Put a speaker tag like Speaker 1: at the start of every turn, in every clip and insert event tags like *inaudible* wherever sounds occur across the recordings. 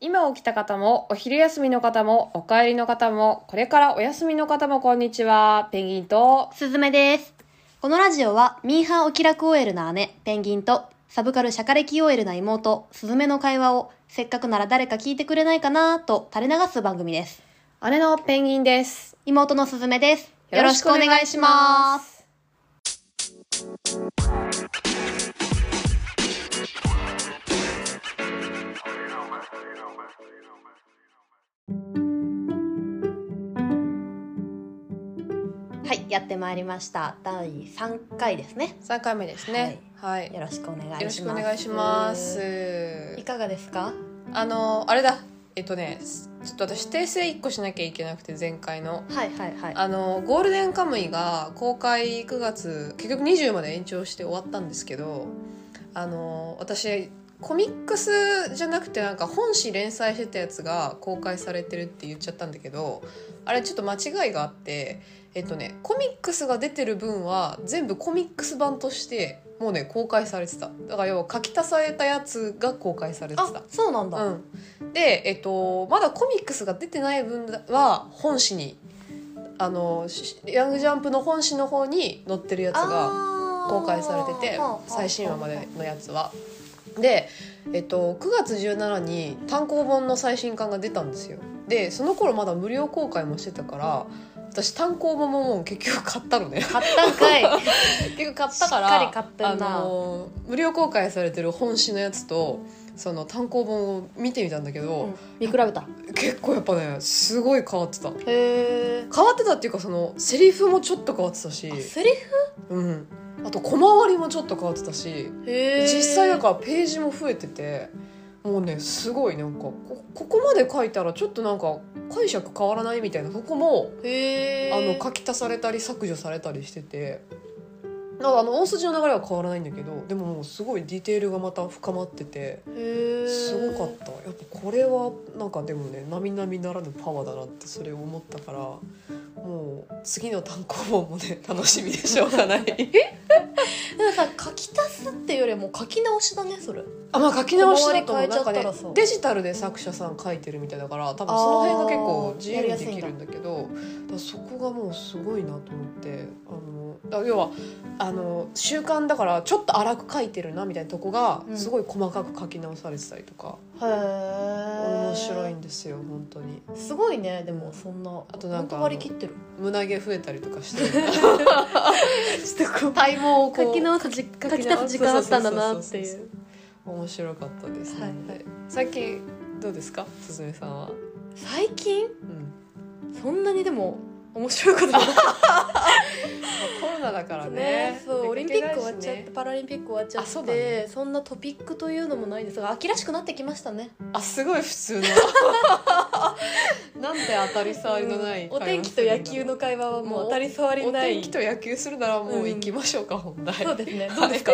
Speaker 1: 今起きた方も、お昼休みの方も、お帰りの方も、これからお休みの方も、こんにちは。ペンギンと、
Speaker 2: すずめです。このラジオは、ミーハーお気楽 OL な姉、ペンギンと、サブカルシャカレキ OL な妹、すずめの会話を、せっかくなら誰か聞いてくれないかなと垂れ流す番組です。
Speaker 1: 姉のペンギンです。
Speaker 2: 妹のすずめです。よろしくお願いします。
Speaker 1: す。
Speaker 2: はい、やってまいりました。第3回ですね。
Speaker 1: 3回目ですね。はい。
Speaker 2: よろしくお願いします。
Speaker 1: よろしくお願いします
Speaker 2: い。かがですか
Speaker 1: あの、あれだ。えっとね、ちょっと私訂正1個しなきゃいけなくて、前回の。
Speaker 2: はいはいはい。
Speaker 1: あの、ゴールデンカムイが公開9月、結局20まで延長して終わったんですけど、あの、私、コミックスじゃなくてなんか本誌連載してたやつが公開されてるって言っちゃったんだけど、あれちょっと間違いがあって、えっとね、コミックスが出てる分は全部コミックス版として、もうね、公開されてた。だから要は書き足されたやつが公開されてた
Speaker 2: あ。そうなんだ。
Speaker 1: うん、で、えっと、まだコミックスが出てない分は本誌にあのしヤングジャンプの本誌の方に載ってるやつが
Speaker 2: あー
Speaker 1: 公開されてて
Speaker 2: はあ
Speaker 1: 最新話までのやつは。で、えっと、9月17に単行本の最新刊が出たんですよでその頃まだ無料公開もしてたから私単行本ももう結局買ったのね
Speaker 2: 買ったんかい
Speaker 1: *laughs* 結局買ったから
Speaker 2: しっかり買ってんな
Speaker 1: あの無料公開されてる本誌のやつとその単行本を見てみたんだけど、
Speaker 2: うん見比べた
Speaker 1: 結構やっぱねすごい変わってた
Speaker 2: へえ
Speaker 1: 変わってたっていうかそのセリフもちょっと変わってたし
Speaker 2: セリ
Speaker 1: うんあと小回りもちょっと変わってたし
Speaker 2: フへ
Speaker 1: 実際だかららページも増えててもうねすごいなんかこここまで書いたらちょっとなんか解釈変わらないみたいなとこも
Speaker 2: へえ
Speaker 1: あの書き足されたり削除されたりしててなんかあの大筋の流れは変わらないんだけどでももうすごいディテールがまた深まってて
Speaker 2: へえ
Speaker 1: すごかったやっぱこれはなんかでもね並々ならぬパワーだなってそれを思ったからもう次の単行本もね楽しみでしょうがない
Speaker 2: でもさ書き足すっていうよりも書き直しだねそれ
Speaker 1: *laughs* あまあ書き直しだと思う
Speaker 2: 小回り変えち
Speaker 1: な
Speaker 2: ゃ
Speaker 1: ん
Speaker 2: っ
Speaker 1: か
Speaker 2: た
Speaker 1: ね
Speaker 2: らそう
Speaker 1: デジタルで作者さん書いてるみたいだから多分その辺が結構自由にできるんだけどだからそこがもうすごいなと思ってあのだから要はあの習慣だからちょっと荒く書いてるなみたいなとこが
Speaker 2: うん
Speaker 1: すごい細かく書き直されてたりとか、
Speaker 2: へえ面
Speaker 1: 面白いんですよ本当に。
Speaker 2: すごいねでもそんな
Speaker 1: あとなんか
Speaker 2: ほと割り切ってる
Speaker 1: 胸毛増えたりとか
Speaker 2: *laughs*
Speaker 1: してちょっとこう
Speaker 2: 体毛を
Speaker 1: こう
Speaker 2: 書き直すじ書き足す時間あったんだなってい
Speaker 1: そう面白かったですね、
Speaker 2: はい
Speaker 1: 最近どうですかすずめさんは、
Speaker 2: 最近
Speaker 1: うん、
Speaker 2: そんなにでも面白いことなかっ
Speaker 1: コロナだか
Speaker 2: た
Speaker 1: ら
Speaker 2: ね
Speaker 1: ね
Speaker 2: そうオリンピック終わっちゃって、
Speaker 1: て
Speaker 2: パラリンピック終わっちゃっ
Speaker 1: あ
Speaker 2: て
Speaker 1: そ
Speaker 2: そ,、
Speaker 1: うだね
Speaker 2: んなトピックというのもないですが秋らしくなってきましたね
Speaker 1: あすごい普
Speaker 2: *laughs*
Speaker 1: 通のなんで当たり障りのない
Speaker 2: うんお
Speaker 1: 会話
Speaker 2: 天気
Speaker 1: す
Speaker 2: と
Speaker 1: るんだろう、
Speaker 2: 野球の会話はもう
Speaker 1: もう
Speaker 2: 当たり障り
Speaker 1: お
Speaker 2: ない
Speaker 1: 天気と野球するならもう行きましょうか、本題
Speaker 2: そうですね
Speaker 1: どうですか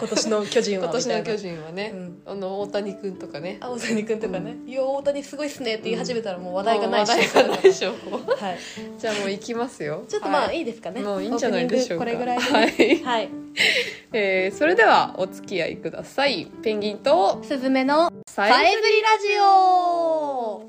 Speaker 2: 今年の巨人は
Speaker 1: 今年の巨
Speaker 2: 人
Speaker 1: 人はね、
Speaker 2: うん
Speaker 1: あの大谷君とかね
Speaker 2: あ大谷君とかね「いや大谷すごいっすね」って言い始めたらもう話
Speaker 1: 話
Speaker 2: 題がないし
Speaker 1: 話題がないでしょ
Speaker 2: *laughs* はい、
Speaker 1: じゃあもう行きますよ
Speaker 2: ちょっとま
Speaker 1: は
Speaker 2: あいいですかね
Speaker 1: もういいんじゃないでしょうか
Speaker 2: オープニングこれぐらい
Speaker 1: は
Speaker 2: で、ね、
Speaker 1: い、
Speaker 2: はい
Speaker 1: えー、それではお付き合いくださいペンギンと
Speaker 2: すずめの「
Speaker 1: さ
Speaker 2: バエブリラジオ」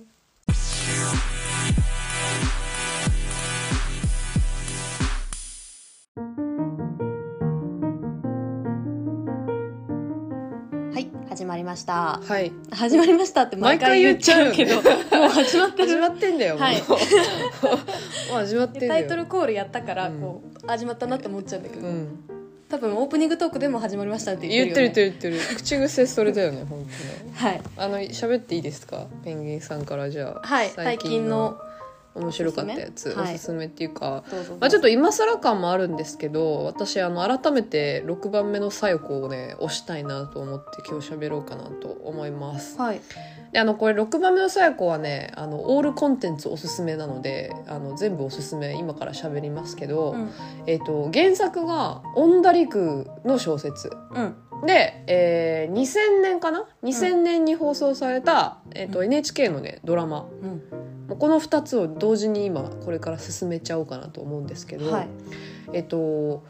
Speaker 2: はい始まりました
Speaker 1: はい
Speaker 2: 始まりましたって毎回言っちゃうけど
Speaker 1: 毎回
Speaker 2: もう始まって
Speaker 1: 始
Speaker 2: る
Speaker 1: まってんだよもう、 *laughs*
Speaker 2: はい
Speaker 1: もう始まってんだよ
Speaker 2: タイトルコールやったから
Speaker 1: うん
Speaker 2: こう始まったなって思っちゃうんだけど、
Speaker 1: うん
Speaker 2: 多分オープニングトークでも始まりましたって
Speaker 1: 言
Speaker 2: 言
Speaker 1: っ
Speaker 2: ってて
Speaker 1: る言
Speaker 2: るよ、
Speaker 1: っ
Speaker 2: ね、
Speaker 1: てる言ってる口癖それだよね本当ね
Speaker 2: はい
Speaker 1: あの喋っていいですかペンギンさんからじゃあ、
Speaker 2: はい最近の
Speaker 1: 面白かったやつお
Speaker 2: お
Speaker 1: す
Speaker 2: す
Speaker 1: す
Speaker 2: す
Speaker 1: め,、
Speaker 2: め
Speaker 1: っていうか
Speaker 2: どうぞどうぞ
Speaker 1: まあ、ちょっと今更感もあるんですけど私あの改めて6番目の「左翼」をね押したいなと思って今日喋ろうかなと思います。
Speaker 2: はい
Speaker 1: であのこれ6番目の「さやこ」はねあのオールコンテンツおすすめなのであの全部おすすめ今から喋りますけど、
Speaker 2: うん
Speaker 1: えっと原作がオンダリクの小説
Speaker 2: うん
Speaker 1: で、えー2000年かな2000年に放送された、えっ
Speaker 2: う
Speaker 1: と NHK のねドラマ
Speaker 2: うん
Speaker 1: もうこの2つを同時に今これから進めちゃおうかなと思うんですけど、
Speaker 2: はい
Speaker 1: えっとこ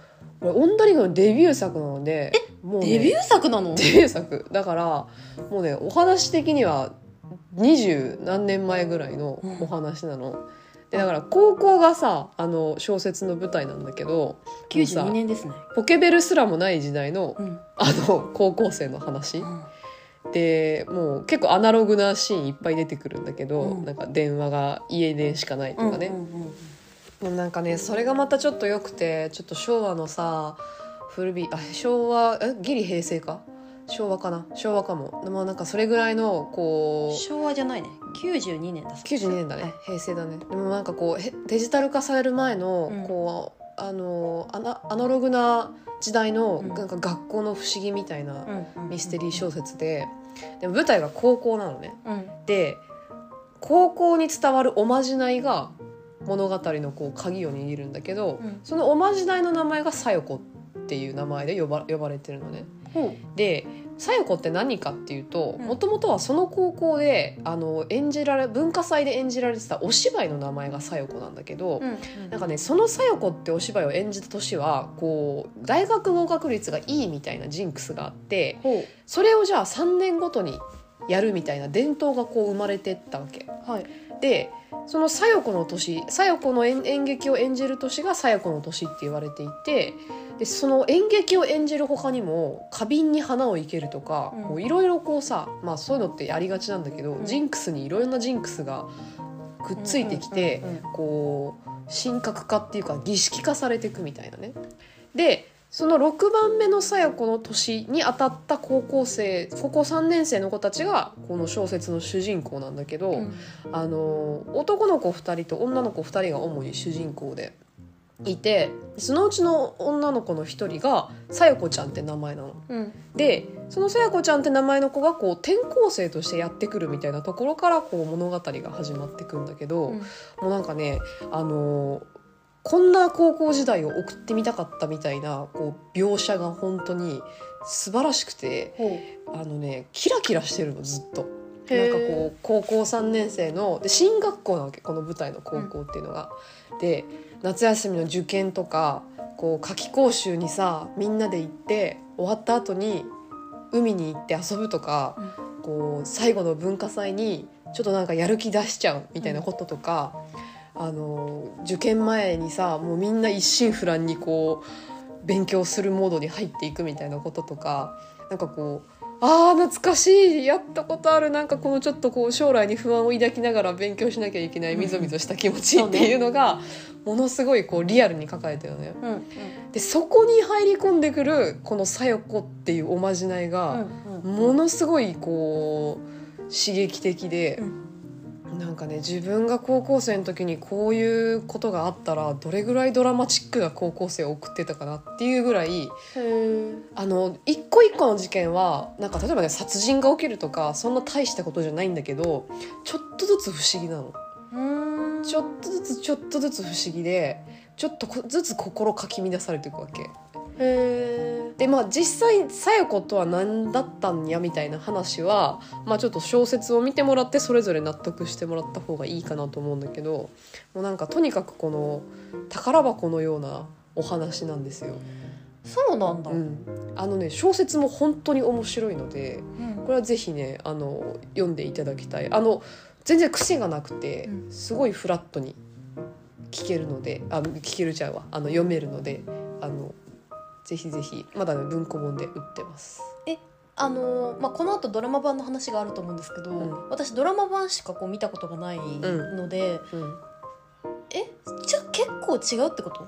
Speaker 1: れオンダリクのデビュー作なのでもうね
Speaker 2: デビュー作なの
Speaker 1: デビュー作だからもうねお話的には二十何年前ぐらいのお話なの、でだから高校がさあの小説の舞台なんだけど
Speaker 2: 92
Speaker 1: もうさ
Speaker 2: 年ですね。
Speaker 1: ポケベルすらもない時代の
Speaker 2: うん。
Speaker 1: あの高校生の話
Speaker 2: うん
Speaker 1: でもう結構アナログなシーンいっぱい出てくるんだけど、
Speaker 2: うん
Speaker 1: なんか電話が家電しかないとかね、
Speaker 2: うんうんうん
Speaker 1: でもなんかねそれがまたちょっと良くてちょっと昭和のさ古びあ昭和えギリ平成か昭和かな昭和かもでもなんかそれぐらいのこう
Speaker 2: 昭和じゃないね。92年だそうです。
Speaker 1: 92年だね、
Speaker 2: はい
Speaker 1: 平成だねでもなんかこうへデジタル化される前の、
Speaker 2: うん
Speaker 1: こうあのアナアナログな時代の、
Speaker 2: うん
Speaker 1: なんか学校の不思議みたいな
Speaker 2: うんうん
Speaker 1: ミステリー小説ででも舞台が高校なのね
Speaker 2: うん。
Speaker 1: で高校に伝わるおまじないが物語のこう鍵を握るんだけど、
Speaker 2: うん
Speaker 1: そのおまじないの名前が小夜子っていう名前で呼ば呼ばれてるのね。
Speaker 2: ほ
Speaker 1: で小夜子って何かっていうと
Speaker 2: うん
Speaker 1: もともとはその高校であの演じられ文化祭で演じられてたお芝居の名前が小夜子なんだけど。
Speaker 2: う。うん。
Speaker 1: なんかねその小夜子ってお芝居を演じた年はこう大学合格率がいいみたいなジンクスがあって
Speaker 2: ほ
Speaker 1: それをじゃあ3年ごとにやるみたいな伝統がこう生まれてったわけ
Speaker 2: う。はい。
Speaker 1: でその小夜子の年小夜子の演演劇を演じる年が小夜子の年って言われていてでその演劇を演じる他にも花瓶に花を生けるとか
Speaker 2: うん
Speaker 1: こういろいろこうさ、まあ、そういうのってやりがちなんだけど、
Speaker 2: ん
Speaker 1: ジンクスにいろいろなジンクスがくっついてきて、
Speaker 2: うんうんうんう
Speaker 1: こう神格化っていうか儀式化されていくみたいなね。でその6番目の小夜子の年に当たった高校生高校3年生の子たちがこの小説の主人公なんだけど。
Speaker 2: うん
Speaker 1: あの男の子2人と女の子2人が主に主人公でいてそのうちの女の子の1人がさよこちゃんって名前なの。
Speaker 2: うん。
Speaker 1: でそのさやこちゃんって名前の子がこう転校生としてやってくるみたいなところからこう物語が始まってくんだけど、
Speaker 2: うん
Speaker 1: もうなんかねあのーこんな高校時代を送ってみたかったみたいなこう描写が本当に素晴らしくて
Speaker 2: ほ
Speaker 1: あのねキラキラしてるのずっと。
Speaker 2: う。
Speaker 1: なんかこう高校3年生ので進学校なわけこの舞台の高校っていうのが。で夏休みの受験とかこう夏期講習にさみんなで行って終わった後に海に行って遊ぶとか、こう最後の文化祭にちょっとなんかやる気出しちゃうみたいなこととか、あの受験前にさもうみんな一心不乱にこう勉強するモードに入っていくみたいなこととかなんかこう。あー懐かしいやったことあるなんかこのちょっとこう将来に不安を抱きながら勉強しなきゃいけないみぞみぞした気持ち
Speaker 2: うん
Speaker 1: っていうのがものすごいこうリアルに書かれてるのね。
Speaker 2: うん。うん。
Speaker 1: でそこに入り込んでくるこの「さよこ」っていうおまじないうが、
Speaker 2: ん。
Speaker 1: ものすごいこう刺激的で、
Speaker 2: う
Speaker 1: なんかね自分が高校生の時にこういうことがあったらどれぐらいドラマチックな高校生を送ってたかなっていうぐらい
Speaker 2: へえ。
Speaker 1: あの一個一個の事件はなんか例えばね殺人が起きるとかそんな大したことじゃないんだけどちょっとずつ不思議なの。
Speaker 2: うーん。
Speaker 1: ちょっとずつちょっとずつ不思議でちょっとこずつ心かき乱されていくわけ
Speaker 2: へ
Speaker 1: でまあ実際小夜子とは何だったんやみたいな話は、まあ、ちょっと小説を見てもらってそれぞれ納得してもらった方がいいかなと思うんだけどもうなんかとにかくこの宝箱のようなお話なんですよ、
Speaker 2: え。そうなんだ。
Speaker 1: う
Speaker 2: うん。
Speaker 1: ん、あのね小説も本当に面白いのでこ
Speaker 2: こ
Speaker 1: れはぜひねあの読んでいただきたいあの全然癖がなくて
Speaker 2: うん
Speaker 1: すごいフラットに聞けるのであ聞けるちゃうわあの読めるのであのぜひぜひまだね文庫本で売ってます
Speaker 2: あのーまあ、この後ドラマ版の話があると思うんですけど、
Speaker 1: うん
Speaker 2: 私ドラマ版しかこう見たことがないので、
Speaker 1: うん
Speaker 2: えじゃあ結構違うってこと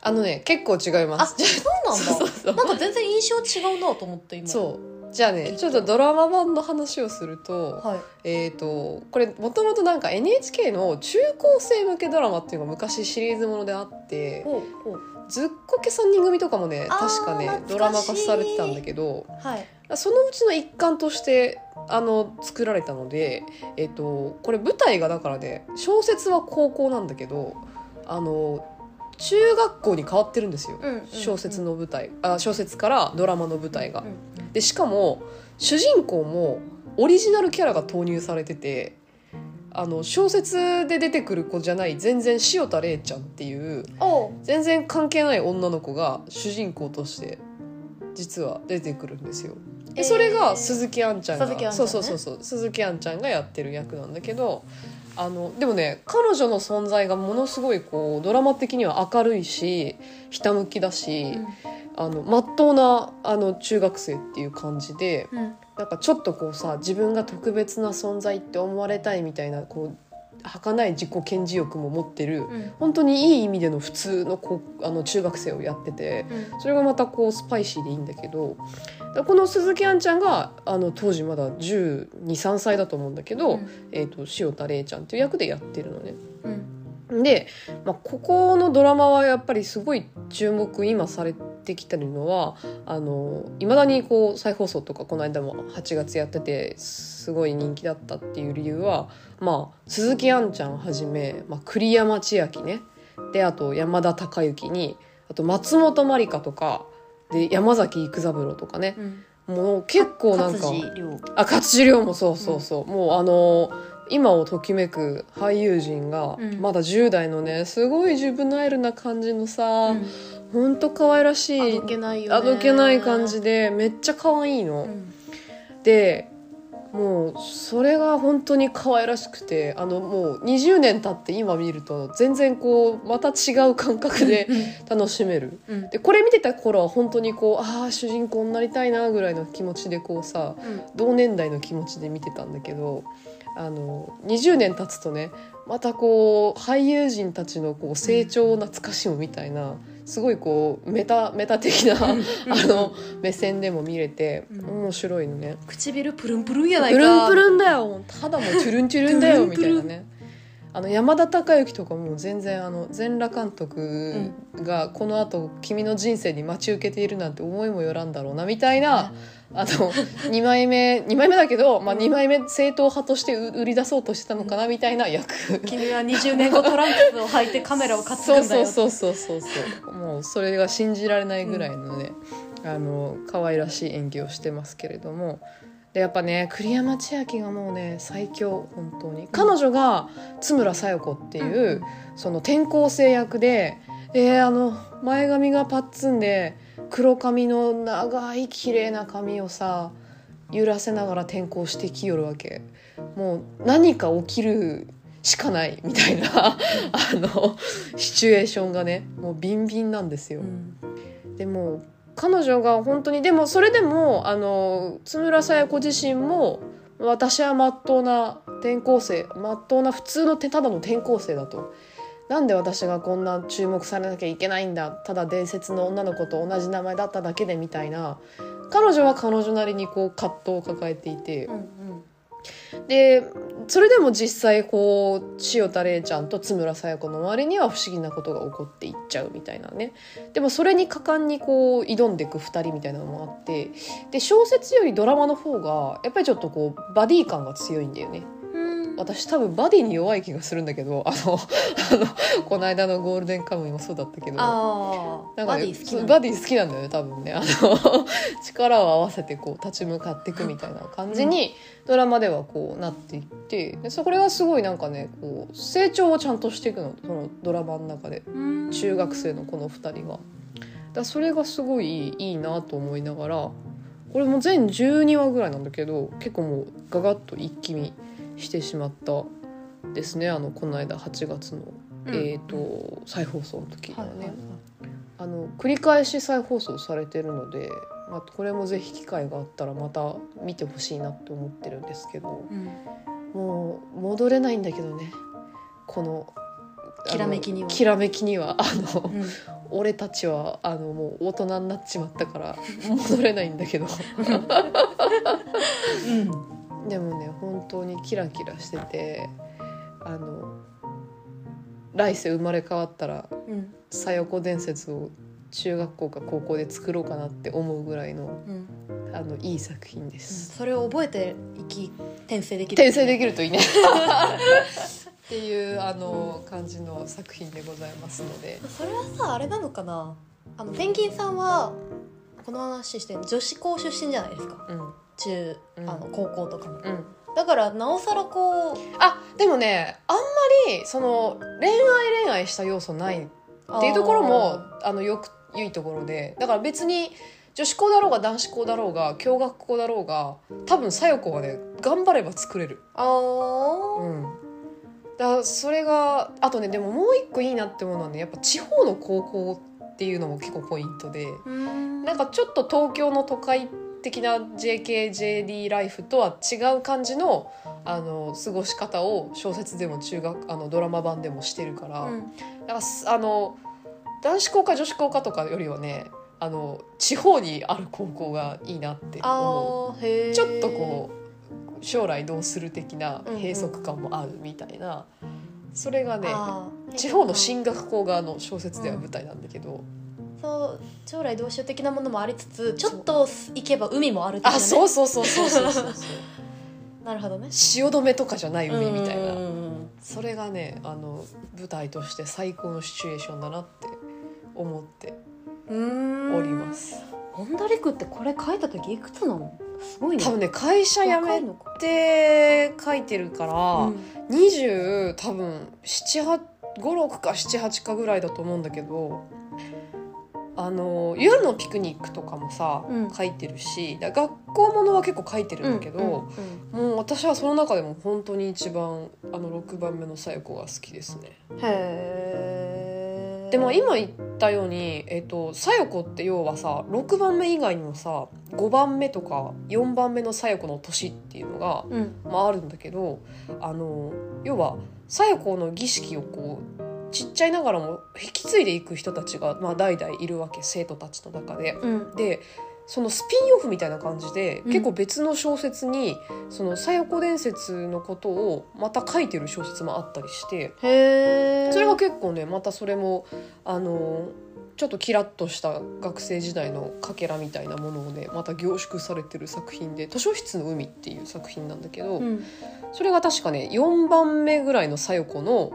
Speaker 1: あのね結構違いま
Speaker 2: あ
Speaker 1: す
Speaker 2: そうなんだ
Speaker 1: そうそう
Speaker 2: なんか全然印象違うなと思って今
Speaker 1: そうじゃあねちょっとドラマ版の話をすると
Speaker 2: はい
Speaker 1: えー、とこれもともとなんか NHK の中高生向けドラマっていうのが昔シリーズものであって
Speaker 2: ほうほう
Speaker 1: ずっこけ3人組とかもね
Speaker 2: あー
Speaker 1: 確かねド
Speaker 2: 懐
Speaker 1: ラ
Speaker 2: か
Speaker 1: マ
Speaker 2: しい
Speaker 1: 化されてたんだけど
Speaker 2: はい
Speaker 1: そのうちの一環としてあの作られたので、えっと、これ舞台がだからね小説は高校なんだけどあの中学校に変わってるんですよ、
Speaker 2: うんうんうん
Speaker 1: 小説の舞台あ小説からドラマの舞台が
Speaker 2: う。ん
Speaker 1: でしかも主人公もオリジナルキャラが投入されててあの小説で出てくる子じゃない全然塩田玲ちゃんっていう
Speaker 2: おう
Speaker 1: 全然関係ない女の子が主人公として実は出てくるんですよ。でそれが鈴木杏ちゃんが
Speaker 2: 鈴木杏ちゃんね
Speaker 1: そうそうそうそう鈴木杏ちゃんがやってる役なんだけどあのでもね彼女の存在がものすごいこうドラマ的には明るいしひたむきだし、あの真っ当なあの中学生っていう感じで
Speaker 2: うんうん
Speaker 1: なんかちょっとこうさ自分が特別な存在って思われたいみたいなこう儚い自己顕示欲も持ってる、
Speaker 2: うん
Speaker 1: 本当にいい意味での普通の高あの中学生をやってて。
Speaker 2: うん
Speaker 1: それがまたこうスパイシーでいいんだけどだこの鈴木杏ちゃんがあの当時まだ1 2 3歳だと思うんだけど、えー、と塩田玲ちゃんっていう役でやってるのね。
Speaker 2: うん
Speaker 1: で、まあ、ここのドラマはやっぱりすごい注目今されてきてるのはいまだにこう再放送とかこの間も8月やっててすごい人気だったっていう理由は、まあ、鈴木杏ちゃんはじめ、まあ、栗山千明ねであと山田孝之にあと松本まりかとかで山崎育三郎とかね
Speaker 2: うん
Speaker 1: もう結構なんか。
Speaker 2: 勝地涼
Speaker 1: あ勝地涼もそうそうそう、もうあの今をときめく俳優陣が、
Speaker 2: うん
Speaker 1: まだ10代のねすごいジュブナイルな感じのさ、
Speaker 2: うん
Speaker 1: ほんと可愛らしい
Speaker 2: あどけないよね
Speaker 1: あどけない感じでめっちゃ可愛いの、
Speaker 2: うん
Speaker 1: でもうそれが本当に可愛らしくてあのもう20年経って今見ると全然こうまた違う感覚
Speaker 2: *laughs*
Speaker 1: で楽しめる。
Speaker 2: うん
Speaker 1: でこれ見てた頃は本当にこうああ主人公になりたいなぐらいの気持ちでこうさ、
Speaker 2: うん
Speaker 1: 同年代の気持ちで見てたんだけどあの20年経つとねまたこう俳優陣たちのこう成長を懐かしむみたいなすごいこうメタメタ的なあの目線でも見れて
Speaker 2: うん
Speaker 1: 面白いのね。
Speaker 2: 唇プルンプルンやない
Speaker 1: プ
Speaker 2: か
Speaker 1: ルンプルンだよ肌もチュルンチュルンだよ
Speaker 2: トゥルン
Speaker 1: み
Speaker 2: トゥ
Speaker 1: たい
Speaker 2: ルン
Speaker 1: なね。あの山田孝之とかも全然あの全裸監督がこのあと君の人生に待ち受けているなんて思いもよらんだろうなみたいな、あの2枚目2枚目だけど、まあ、2枚目正統派として売売り出そうとしてたのかなみたいな役
Speaker 2: 君は20年後トランクスを履いてカメラを担ぐんだよ
Speaker 1: そうそうそうそうそうもうそれが信じられないぐらいのね、あの可愛らしい演技をしてますけれどもでやっぱね栗山千明がもうね最強本当に彼女が津村小夜子っていう、その転校生役でであの前髪がパッツンで黒髪の長い綺麗な髪をさ揺らせながら転校してきよるわけもう何か起きるしかないみたいなあのシチュエーションがねもうビンビンなんですよ、
Speaker 2: うん
Speaker 1: でも彼女が本当にでもそれでもあの津村さや子自身も私は真っ当な転校生真っ当な普通のてただの転校生だと。なんで私がこんな注目されなきゃいけないんだただ伝説の女の子と同じ名前だっただけでみたいな彼女は彼女なりにこう葛藤を抱えていて、
Speaker 2: うん
Speaker 1: でそれでも実際こう塩田玲ちゃんと津村さや子の周りには不思議なことが起こっていっちゃうみたいなねでもそれに果敢にこう挑んでいく2人みたいなのもあってで小説よりドラマの方がやっぱりちょっとこうバディ感が強いんだよね
Speaker 2: うん
Speaker 1: 私多分バディに弱い気がするんだけどあのあのこの間の「ゴールデンカムイ」もそうだったけど
Speaker 2: ああ
Speaker 1: なんか
Speaker 2: バ
Speaker 1: ね
Speaker 2: ディ好き
Speaker 1: そ
Speaker 2: な
Speaker 1: うん
Speaker 2: だ
Speaker 1: バディ好きなんだよね多分ねあの *laughs* 力を合わせてこう立ち向かっていくみたいな感じにドラマではこうなっていってでそこれがすごいなんかねこう成長をちゃんとしていくのそのドラマの中で
Speaker 2: うん
Speaker 1: 中学生のこの2人が。だからそれがすごいいいいいなと思いながらこれも全12話ぐらいなんだけど結構もうガガッと一気見してしまったですねあのこの間8月の、
Speaker 2: うん
Speaker 1: えー、と再放送の時
Speaker 2: は
Speaker 1: はいね。
Speaker 2: はいはい
Speaker 1: あの繰り返し再放送されてるので、まあ、これもぜひ機会があったらまた見てほしいなって思ってるんですけど
Speaker 2: うん
Speaker 1: もう戻れないんだけどねこのあの
Speaker 2: きらめきには
Speaker 1: きらめきにはあ *laughs* の、
Speaker 2: うん
Speaker 1: 俺たちはあのもう大人になっちまったから戻れないんだけど
Speaker 2: うん
Speaker 1: でもね本当にキラキラしててあの来世生まれ変わったら
Speaker 2: うん
Speaker 1: 小夜子伝説を中学校か高校で作ろうかなって思うぐらいの
Speaker 2: うん
Speaker 1: あのいい作品です。
Speaker 2: それを覚えていき転生できる
Speaker 1: 転生できるといいねっていうあの感じの作品でございますので、
Speaker 2: それはさあれなのかなあのペンギンさんはこの話して女子校出身じゃないですか
Speaker 1: うん
Speaker 2: 中、
Speaker 1: うん
Speaker 2: あの高校とかも
Speaker 1: うん、
Speaker 2: だからなおさらこう
Speaker 1: あでもねあんまりその恋愛恋愛した要素ないっていうところもあのよく良いところでだから別に女子校だろうが男子校だろうが共学校だろうが多分小夜子はね頑張れば作れる
Speaker 2: あー、
Speaker 1: うんだそれがあとねでももう一個いいなって思うのはねやっぱ地方の高校っていうのも結構ポイントで
Speaker 2: うん
Speaker 1: なんかちょっと東京の都会的な JKJD ライフとは違う感じのあの過ごし方を小説でも中学あのドラマ版でもしてるから、
Speaker 2: うん
Speaker 1: なんかすあの男子校か女子校かとかよりはねあの地方にある高校がいいなって思
Speaker 2: あーへ
Speaker 1: う
Speaker 2: ー
Speaker 1: ちょっとこう将来どうする的な
Speaker 2: うんうん
Speaker 1: 閉塞感もあるみたいな、それがね
Speaker 2: あー
Speaker 1: 地方の進学校側の小説では舞台なんだけど、
Speaker 2: そう将来どうしよう的なものもありつつちょっと行けば海もある
Speaker 1: あそううそうそうそうそう
Speaker 2: *laughs*
Speaker 1: そうそう
Speaker 2: なるほどね
Speaker 1: 汐留とかじゃない海みたいな、
Speaker 2: うんうんうん
Speaker 1: それがねあの舞台として最高のシチュエーションだなって思って
Speaker 2: うーん
Speaker 1: おります。
Speaker 2: オンダリクってこれ書いた時いくつなのすごいね
Speaker 1: 多分ね会社辞
Speaker 2: 若い
Speaker 1: め
Speaker 2: のか
Speaker 1: って書いてるから、
Speaker 2: うん
Speaker 1: 20多分56か78かぐらいだと思うんだけどあの夜のピクニックとかもさ、
Speaker 2: うん
Speaker 1: 書いてるしだ学校ものは結構書いてるんだけど、
Speaker 2: うんうん
Speaker 1: もう私はその中でも本当に一番あの6番目の小夜子が好きですね。
Speaker 2: うんへえ
Speaker 1: でも今言ったように、えっと小夜子って要はさ6番目以外にもさ5番目とか4番目の小夜子の年っていうのが
Speaker 2: うん
Speaker 1: まあ、あるんだけどあの要は小夜子の儀式をこうちっちゃいながらも引き継いでいく人たちが、まあ、代々いるわけ生徒たちの中で。
Speaker 2: うん
Speaker 1: でそのスピンオフみたいな感じで、
Speaker 2: うん
Speaker 1: 結構別の小説にその小夜子伝説のことをまた書いてる小説もあったりして
Speaker 2: へえ
Speaker 1: それは結構ねまたそれもあのちょっとキラッとした学生時代のかけらみたいなものをねまた凝縮されてる作品で「図書室の海」っていう作品なんだけど、
Speaker 2: うん
Speaker 1: それが確かね4番目ぐらいの小夜子の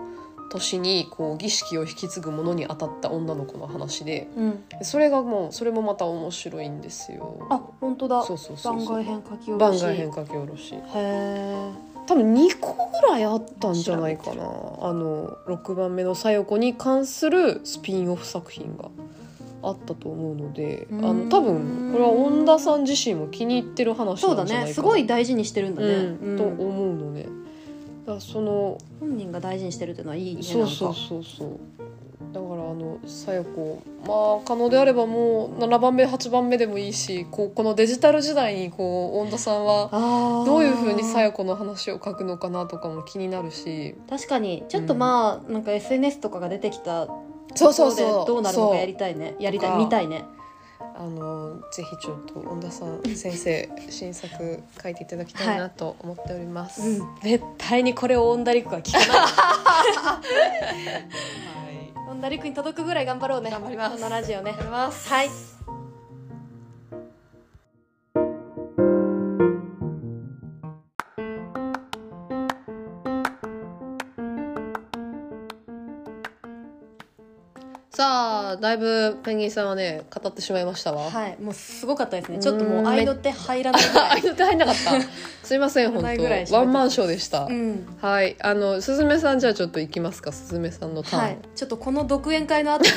Speaker 1: 年にこう儀式を引き継ぐものに当たった女の子の話で
Speaker 2: うん
Speaker 1: それがもうそれもまた面白いんですよ。
Speaker 2: あ本当だ
Speaker 1: そうそうそう
Speaker 2: 番
Speaker 1: そう
Speaker 2: 外編書き下ろし
Speaker 1: 番外編書き下ろし
Speaker 2: へえ
Speaker 1: 多分2個ぐらいあったんじゃないかなあの6番目の小夜子に関するスピンオフ作品があったと思うのであ
Speaker 2: う
Speaker 1: の
Speaker 2: ん
Speaker 1: 多分これは恩田さん自身も気に入ってる話
Speaker 2: そう
Speaker 1: な
Speaker 2: だ
Speaker 1: んじゃないかな
Speaker 2: ねすごい大事にしてるんだね、
Speaker 1: うん、と
Speaker 2: うん
Speaker 1: 思うのね。だからその
Speaker 2: 本人が大事にしてるっていうのはいいね
Speaker 1: そうそうそうそうだからあの小夜子まあ可能であればもう7番目8番目でもいいしこうこのデジタル時代にこう恩田さんは
Speaker 2: あ
Speaker 1: どういうふうに小夜子の話を書くのかなとかも気になるし
Speaker 2: 確かにちょっとまあ、なんか SNS とかが出てきた
Speaker 1: そうそうそう
Speaker 2: ところでどうなるの
Speaker 1: そ
Speaker 2: か
Speaker 1: う
Speaker 2: やりたいねやりた
Speaker 1: と
Speaker 2: い
Speaker 1: か
Speaker 2: 見たいね
Speaker 1: あのぜひちょっと恩田さん先生新作書いていただきたいなと思っております。
Speaker 2: うん絶対にこれをオンダリクは聞か *laughs* ないオンダリクに届くぐらい頑張ろうね
Speaker 1: 頑張ります
Speaker 2: このラジオね
Speaker 1: ります
Speaker 2: はい
Speaker 1: さあだいぶペンギンさんはね語ってしまいましたわ。
Speaker 2: はいもうすごかったですねちょっと
Speaker 1: う
Speaker 2: も
Speaker 1: ん
Speaker 2: う合いの手入らないぐ
Speaker 1: *laughs*
Speaker 2: ら
Speaker 1: あ
Speaker 2: い
Speaker 1: いの手入んなかった。すいません、本
Speaker 2: ないぐらいし
Speaker 1: 当。
Speaker 2: か
Speaker 1: ワンマンショーでした
Speaker 2: う。ん
Speaker 1: はい、あの、すずめさん、じゃ、あちょっと行きますか、すずめさんのターン。
Speaker 2: はい、ちょっとこの独演
Speaker 1: *laughs*
Speaker 2: 会の後に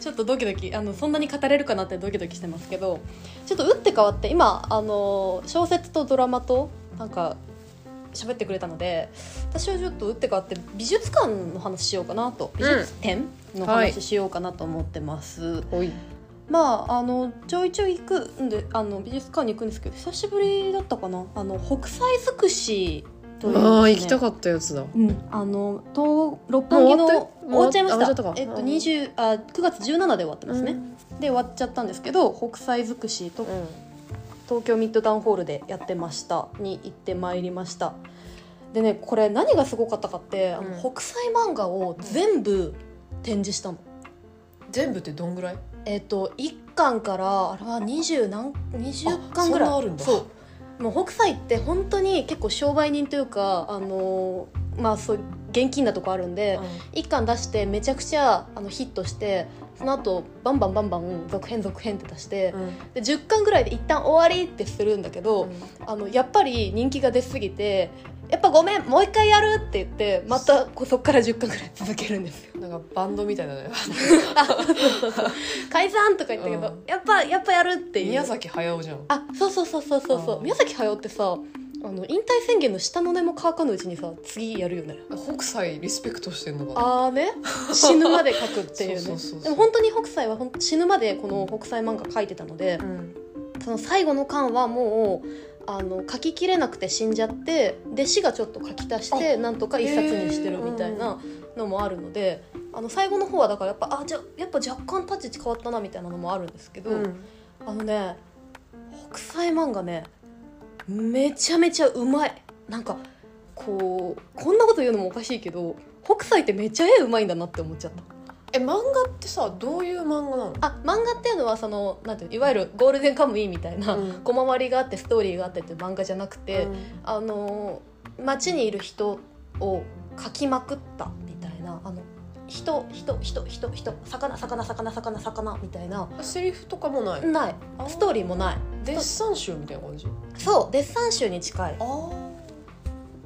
Speaker 2: ちょっとドキドキあのそんなに語れるかなってドキドキしてますけどちょっと打って変わって今あの小説とドラマとなんか喋ってくれたので私はちょっと打って変わって美術館の話しようかなと美術展の話しようかなと思ってます、
Speaker 1: ほい。
Speaker 2: まああのちょいちょい行くんであの美術館に行くんですけど久しぶりだったかなあの北斎尽くしというですね、
Speaker 1: ああ、行きたかったやつだ。
Speaker 2: うん、あの東六本木の
Speaker 1: もう終わって
Speaker 2: 終わっちゃいま
Speaker 1: もう終わっ
Speaker 2: し
Speaker 1: ちゃった
Speaker 2: た
Speaker 1: か。
Speaker 2: えっ
Speaker 1: う
Speaker 2: と
Speaker 1: ん
Speaker 2: 二十あ九月十七で終わってますね。
Speaker 1: う
Speaker 2: で終わっちゃったんですけど、北斎尽くしと
Speaker 1: うん。
Speaker 2: 東京ミッドタウンホールでやってましたに行ってまいりました。でねこれ何がすごかったかって、あ
Speaker 1: う
Speaker 2: の北斎漫画を全部展示したの。
Speaker 1: 全部ってどんぐらい。
Speaker 2: えっと一巻からあれは二十何二十
Speaker 1: あ
Speaker 2: 巻ぐらい
Speaker 1: そんなあるんだ
Speaker 2: そうもう北斎って本当に結構商売人というかあのーまあそう現金なとこあるんで、一巻出してめちゃくちゃあのヒットしてその後バンバンバンバン続編続編って出して
Speaker 1: う、ん
Speaker 2: で10巻ぐらいで一旦終わりってするんだけど、
Speaker 1: うん
Speaker 2: あのやっぱり人気が出すぎて「やっぱごめんもう一回やる」って言ってまたこうそっから10巻ぐらい続けるんです
Speaker 1: *laughs*
Speaker 2: よ
Speaker 1: なんかバンドみたいなのよ *laughs*
Speaker 2: 解散とか言ったけど、
Speaker 1: うん
Speaker 2: やっぱやっぱやるっていう
Speaker 1: 宮崎駿じゃん
Speaker 2: あそうそうそうそうそうそう
Speaker 1: あー
Speaker 2: 宮崎駿ってさあの引退宣言の下の根も乾かぬうちにさ次やるよね
Speaker 1: 北斎リスペクトしてんのかな
Speaker 2: ああね *laughs* 死ぬまで書くっていう
Speaker 1: そう
Speaker 2: ね
Speaker 1: そうそうそう
Speaker 2: でも本当に北斎はほん死ぬまでこの北斎漫画書いてたので、
Speaker 1: うん
Speaker 2: その最後の巻はもうあの書ききれなくて死んじゃって弟子がちょっと書き足してなんとか一冊にしてるみたいなのもあるので、あの最後の方はだからやっぱあじゃやっぱ若干立ち位置変わったなみたいなのもあるんですけど、
Speaker 1: うん
Speaker 2: あのね北斎漫画ねめちゃめちゃうまいなんかこうこんなこと言うのもおかしいけど北斎ってめちゃ絵うまいんだなって思っちゃった。
Speaker 1: え漫画ってさどういう漫画なの
Speaker 2: あ漫画っていうのはそのなんていうのいわゆるゴールデンカムイみたいな、
Speaker 1: うん
Speaker 2: 小回りがあってストーリーがあってっていう漫画じゃなくて、
Speaker 1: うん
Speaker 2: あのー街にいる人を描きまくったみたいなあの人人人人人魚魚魚魚魚みたいな
Speaker 1: セリフとかもない
Speaker 2: ない
Speaker 1: あー
Speaker 2: ストーリーもない
Speaker 1: デッサン集みたいな感じ
Speaker 2: そうデッサン集に近い
Speaker 1: ああ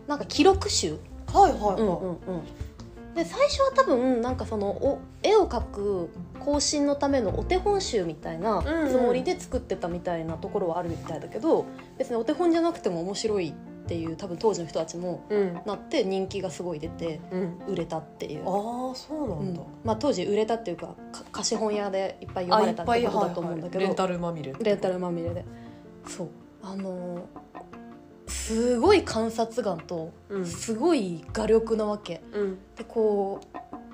Speaker 2: なんか記録集
Speaker 1: はいはい
Speaker 2: うんうんうん、で最初は多分なんかそのお絵を描く更新のためのお手本集みたいな
Speaker 1: うんうん
Speaker 2: つもりで作ってたみたいなところはあるみたいだけど、別にお手本じゃなくても面白いっていう多分当時の人たちも
Speaker 1: うん
Speaker 2: なって人気がすごい出て
Speaker 1: うん
Speaker 2: 売れたっていう。
Speaker 1: ああそうな
Speaker 2: うんん
Speaker 1: だ、
Speaker 2: まあ、当時売れたっていうかか貸本屋でいっぱい
Speaker 1: あ
Speaker 2: 読まれたってことだと思うんだけど
Speaker 1: レンタルまみれ
Speaker 2: レンタルまみれでそうあのーすごい観察眼と
Speaker 1: うん
Speaker 2: すごい画力なわけ、
Speaker 1: うん
Speaker 2: でこう